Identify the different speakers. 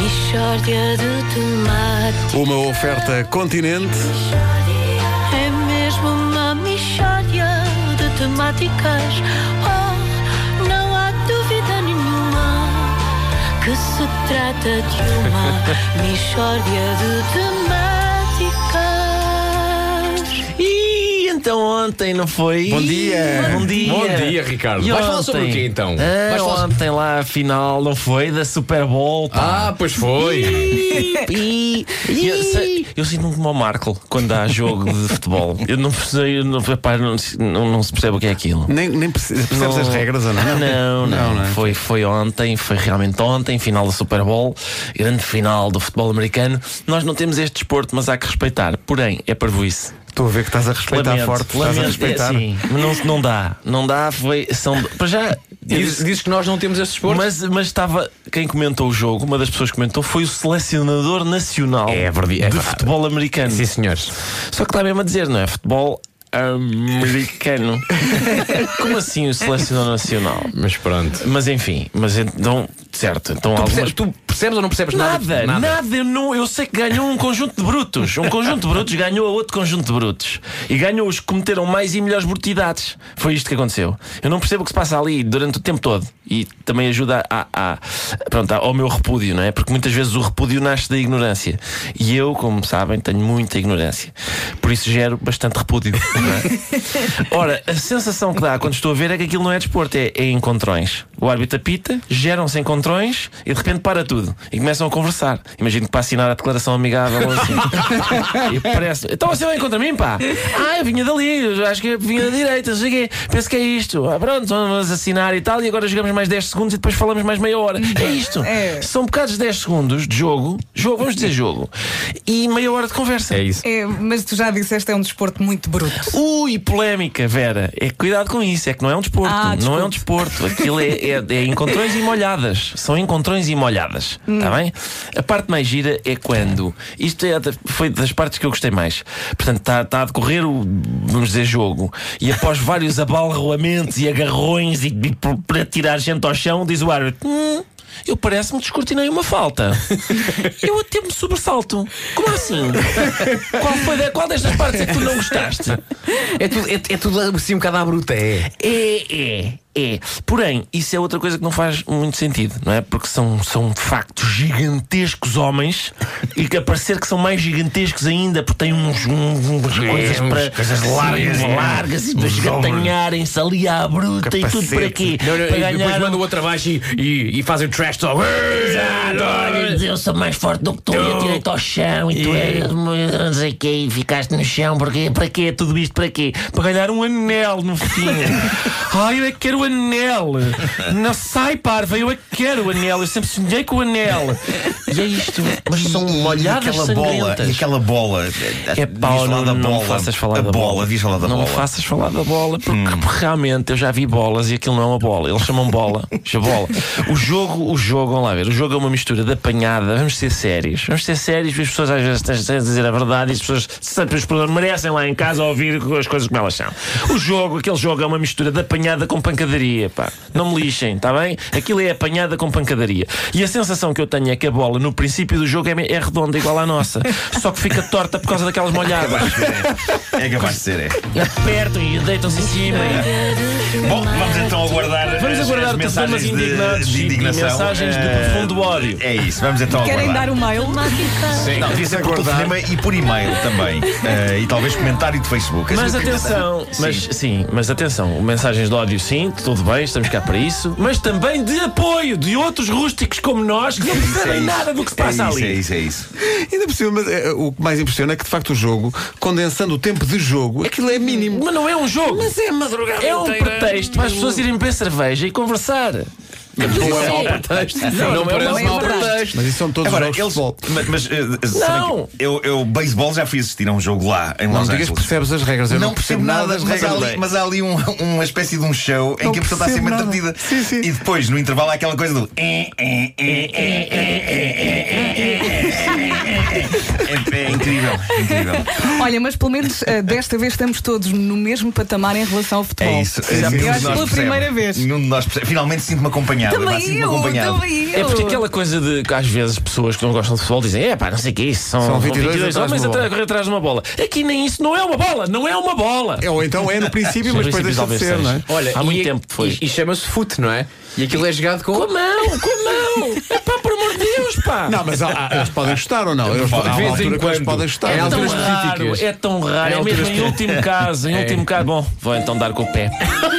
Speaker 1: Michórdia de tomate.
Speaker 2: Uma oferta continente.
Speaker 1: É mesmo uma michórdia de temáticas. Oh, não há dúvida nenhuma que se trata de uma michórdia de temáticas.
Speaker 3: Ih, então ontem não foi?
Speaker 2: Bom dia.
Speaker 3: Bom dia.
Speaker 4: Bom dia, Ricardo.
Speaker 3: E
Speaker 4: Vais falar
Speaker 3: ontem?
Speaker 4: sobre o quê, então?
Speaker 3: Ah,
Speaker 4: Vais falar-
Speaker 3: ontem lá a final não foi da Super Bowl. pá.
Speaker 4: Ah, pois foi.
Speaker 3: Ih, e eu, sei- eu sinto-me como o Marco quando há jogo de futebol. Eu não sei, eu não, rapaz, não, se- não- não se percebe o que é aquilo.
Speaker 2: Nem, nem perce- percebes as regras ou não?
Speaker 3: Não, não.
Speaker 2: é?
Speaker 3: Foi, foi ontem, foi realmente ontem, final da Super Bowl, grande final do futebol americano. Nós não temos este desporto, mas há que respeitar. Porém, é parvoíce.
Speaker 2: Estou a ver que estás a
Speaker 4: tá
Speaker 2: respeitar
Speaker 3: Lamento,
Speaker 2: forte.
Speaker 3: lamento,
Speaker 2: estás a respeitar.
Speaker 3: é assim, mas não, não dá, não dá, foi. São, para já. eu
Speaker 4: Diz,
Speaker 3: disse-
Speaker 4: dizes que nós não temos este esporte?
Speaker 3: Mas, mas estava. Quem comentou o jogo, uma das pessoas que comentou, foi o selecionador nacional
Speaker 4: É verdade, é
Speaker 3: de
Speaker 4: verdade.
Speaker 3: futebol americano.
Speaker 4: Sim, senhores.
Speaker 3: Só que está mesmo a dizer, não é? Futebol americano. Como assim o selecionador nacional?
Speaker 4: Mas pronto.
Speaker 3: Mas enfim, mas então, certo, então algumas.
Speaker 4: Percebes- tu percebes ou não percebes
Speaker 3: Nada,
Speaker 4: nada?
Speaker 3: nada, eu, não, eu sei que ganhou um conjunto de brutos. Um conjunto de brutos ganhou a outro conjunto de brutos. E ganhou os que cometeram mais e melhores brutidades. Foi isto que aconteceu. Eu não percebo o que se passa ali durante o tempo todo. E também ajuda a, a- pronto, ao meu repúdio, não é? Porque muitas vezes o repúdio nasce da ignorância. E eu, como sabem, tenho muita ignorância. Por isso gero bastante repúdio. não é? Ora, a sensação que dá quando estou a ver é que aquilo não é desporto, é, é encontrões. O árbitro apita, geram-se encontrões e de repente para tudo e começam a conversar. Imagino que para assinar a declaração amigável ou assim. e parece. Então você vai contra mim, pá? Ah, eu vinha dali, eu acho que eu vinha da direita, não sei o quê. Penso que é isto. Ah, pronto, vamos assinar e tal. E agora jogamos mais 10 segundos e depois falamos mais meia hora. É isto. São bocados de 10 segundos de jogo, jogo, vamos dizer jogo, e meia hora de conversa.
Speaker 4: É isso.
Speaker 5: É, mas tu já disseste, é um desporto muito bruto.
Speaker 3: Ui, polémica, Vera. É que cuidado com isso, é que não é um desporto.
Speaker 5: Ah,
Speaker 3: não
Speaker 5: desculpe.
Speaker 3: é um desporto. Aquilo é, é, é encontrões e molhadas. São encontrões e molhadas. Está bem? A parte mais gira é quando. Isto é da- foi das partes que eu gostei mais. Portanto, está está a decorrer o, vamos dizer, jogo. E após vários abalroamentos e agarrões e, e por- para tirar gente ao chão, diz o árbitro. "Hum, eu parece-me que descortinei uma falta. Eu até me sobressalto. Como assim? Qual, foi, de- qual destas partes é que tu não gostaste?
Speaker 4: É tudo, é, é tudo assim um bocado à bruta, é.
Speaker 3: É, é, é. Porém, isso é outra coisa que não faz muito sentido, não é? Porque são, são de facto gigantescos homens e que a parecer que são mais gigantescos ainda, porque têm uns, uns- umas coisas
Speaker 4: uns-
Speaker 3: para.
Speaker 4: coisas largas,
Speaker 3: Sim,
Speaker 4: é.
Speaker 3: largas e para esgatanharem-se ali à bruta e tudo para quê?
Speaker 4: Não, não,
Speaker 3: para
Speaker 4: e depois
Speaker 3: ganhar um-
Speaker 4: manda o outro abaixo e, e, e fazem o trash talk.
Speaker 3: Olha, eu sou mais forte do que tu, eu tirei-te ao chão e tu és não sei o quê, e ficaste no chão, porque, para quê? Tudo isto para quê? Para ganhar um anel no fim. Ai, eu é que quero o anel. Não sai, parva, eu é que quero o anel, eu sempre sonhei com o anel. E é isto, mas são molhadas
Speaker 6: aquela bola,
Speaker 3: sangrentas.
Speaker 6: e aquela bola.
Speaker 3: É pau,
Speaker 6: Devias
Speaker 3: não,
Speaker 6: da
Speaker 3: não
Speaker 6: bola.
Speaker 3: me faças falar
Speaker 6: a
Speaker 3: da
Speaker 6: bola. Diz falar da
Speaker 3: não
Speaker 6: bola.
Speaker 3: me faças falar da bola, porque realmente eu já vi bolas e aquilo não é uma bola. Eles chamam bola. Chama bola. O jogo, o jogo, vamos lá ver, o jogo é uma mistura de apanhada, vamos ser sérios. Vamos ser sérios, porque as pessoas às vezes têm têm de dizer a verdade e as pessoas sabe, as pessoas merecem lá em casa ouvir as coisas como elas são. O jogo, aquele jogo é uma mistura de apanhada com pancadaria, pá. Não me lixem, está bem? Aquilo é apanhada com pancadaria. E a sensação que eu tenho é que a bola, no princípio do jogo, é, me- é redonda, igual à nossa. Só que fica torta por causa daquelas molhadas.
Speaker 6: É capaz de ser, é.
Speaker 3: E apertam e deitam-se em cima. e-
Speaker 6: Bom, vamos então aguardar.
Speaker 3: Vamos
Speaker 6: as-
Speaker 3: aguardar
Speaker 6: as
Speaker 3: telefonemas
Speaker 6: mensagens de,
Speaker 3: indignados
Speaker 6: de
Speaker 3: e- e
Speaker 6: indignação.
Speaker 3: mensagens de
Speaker 6: Eh,
Speaker 3: profundo ódio. um-
Speaker 6: É isso, vamos então
Speaker 5: Querem dar
Speaker 6: aguardar. é
Speaker 5: o mail?
Speaker 1: Temáticas.
Speaker 6: Não, devia ser por
Speaker 2: Aguardar.
Speaker 6: telefonema e por e-mail também. Eh, e talvez comentário de Facebook.
Speaker 3: Mas
Speaker 6: Assim,
Speaker 3: atenção, mas sim, mas atenção, mensagens de ódio sim, tudo bem, estamos cá para isso, mas também de apoio de outros rústicos como nós que não percebem nada do que se
Speaker 6: É
Speaker 3: passa
Speaker 6: isso, é
Speaker 3: ali.
Speaker 6: isso, é isso.
Speaker 2: Ainda por cima, mas, eh, o que mais impressiona é que de facto o jogo, condensando o tempo de jogo, aquilo é mínimo.
Speaker 3: Mas não é um jogo,
Speaker 2: é madrugada.
Speaker 3: é um pretexto para as pessoas irem beber cerveja e conversar.
Speaker 4: Não é mau pretexto. Não,
Speaker 3: não é
Speaker 4: parece
Speaker 5: mau
Speaker 4: mau pretexto.
Speaker 2: Mas isso são todos
Speaker 6: Agora,
Speaker 2: jogos de
Speaker 6: eles.
Speaker 2: futebol.
Speaker 6: Mas, mas, eh, sabem
Speaker 3: Não.
Speaker 6: que eu, eu, beisebol, já fui assistir a um jogo lá em
Speaker 2: Não
Speaker 6: Los
Speaker 2: me digas
Speaker 6: Angeles.
Speaker 2: que percebes as regras. Eu não, percebo nada das
Speaker 6: mas há
Speaker 2: regras.
Speaker 6: ali, mas há ali um- uma espécie de um show em
Speaker 2: Não
Speaker 6: que a pessoa está
Speaker 2: percebo nada.
Speaker 6: sempre entretida.
Speaker 2: Sim, sim.
Speaker 6: E depois, no intervalo, há aquela coisa do. É eh, é incrível. Incrível.
Speaker 5: Olha, mas pelo menos eh, desta vez estamos todos no mesmo patamar em relação ao futebol.
Speaker 6: É isso.
Speaker 5: Eu
Speaker 6: Nenhum de
Speaker 5: acho que
Speaker 6: nós
Speaker 5: pela
Speaker 6: percebe.
Speaker 5: primeira vez.
Speaker 6: Nenhum de nós percebe. Finalmente sinto-me acompanhado. Epá,
Speaker 5: Também
Speaker 6: sinto-me
Speaker 5: eu,
Speaker 6: acompanhado.
Speaker 5: também eu.
Speaker 3: É porque aquela coisa de que às vezes pessoas que não gostam de futebol dizem é pá, não sei o que é isso, são,
Speaker 2: São
Speaker 3: são
Speaker 2: 22 atrás
Speaker 3: 22,
Speaker 2: de
Speaker 3: homens
Speaker 2: uma
Speaker 3: atrás
Speaker 2: bola."
Speaker 3: a correr atrás de uma bola. Aqui nem isso não é uma bola, não é uma bola.
Speaker 2: É, ou então é no princípio, mas
Speaker 3: No
Speaker 2: depois
Speaker 3: princípio,
Speaker 2: deixa de
Speaker 3: talvez
Speaker 2: ser,
Speaker 3: seja.
Speaker 2: não é?
Speaker 3: Há muito tempo que foi.
Speaker 4: E, e chama-se fute, não é? E aquilo é jogado com.
Speaker 3: Com a mão, com a mão. É pá, por amor de Deus, pá.
Speaker 2: Não, mas há- há- eles podem gostar ou não? Eles podem,
Speaker 6: Podem,
Speaker 2: há
Speaker 6: de
Speaker 2: uma
Speaker 6: vez
Speaker 2: altura
Speaker 4: em
Speaker 2: que eles
Speaker 4: quando.
Speaker 2: podem Então, gostar.
Speaker 4: É
Speaker 3: É tão
Speaker 4: alturas
Speaker 3: raro,
Speaker 4: críticas.
Speaker 3: é tão raro,
Speaker 4: É
Speaker 3: é mesmo
Speaker 4: alturas
Speaker 3: em último caso, em
Speaker 4: É.
Speaker 3: último caso. Bom, vou então dar com o pé.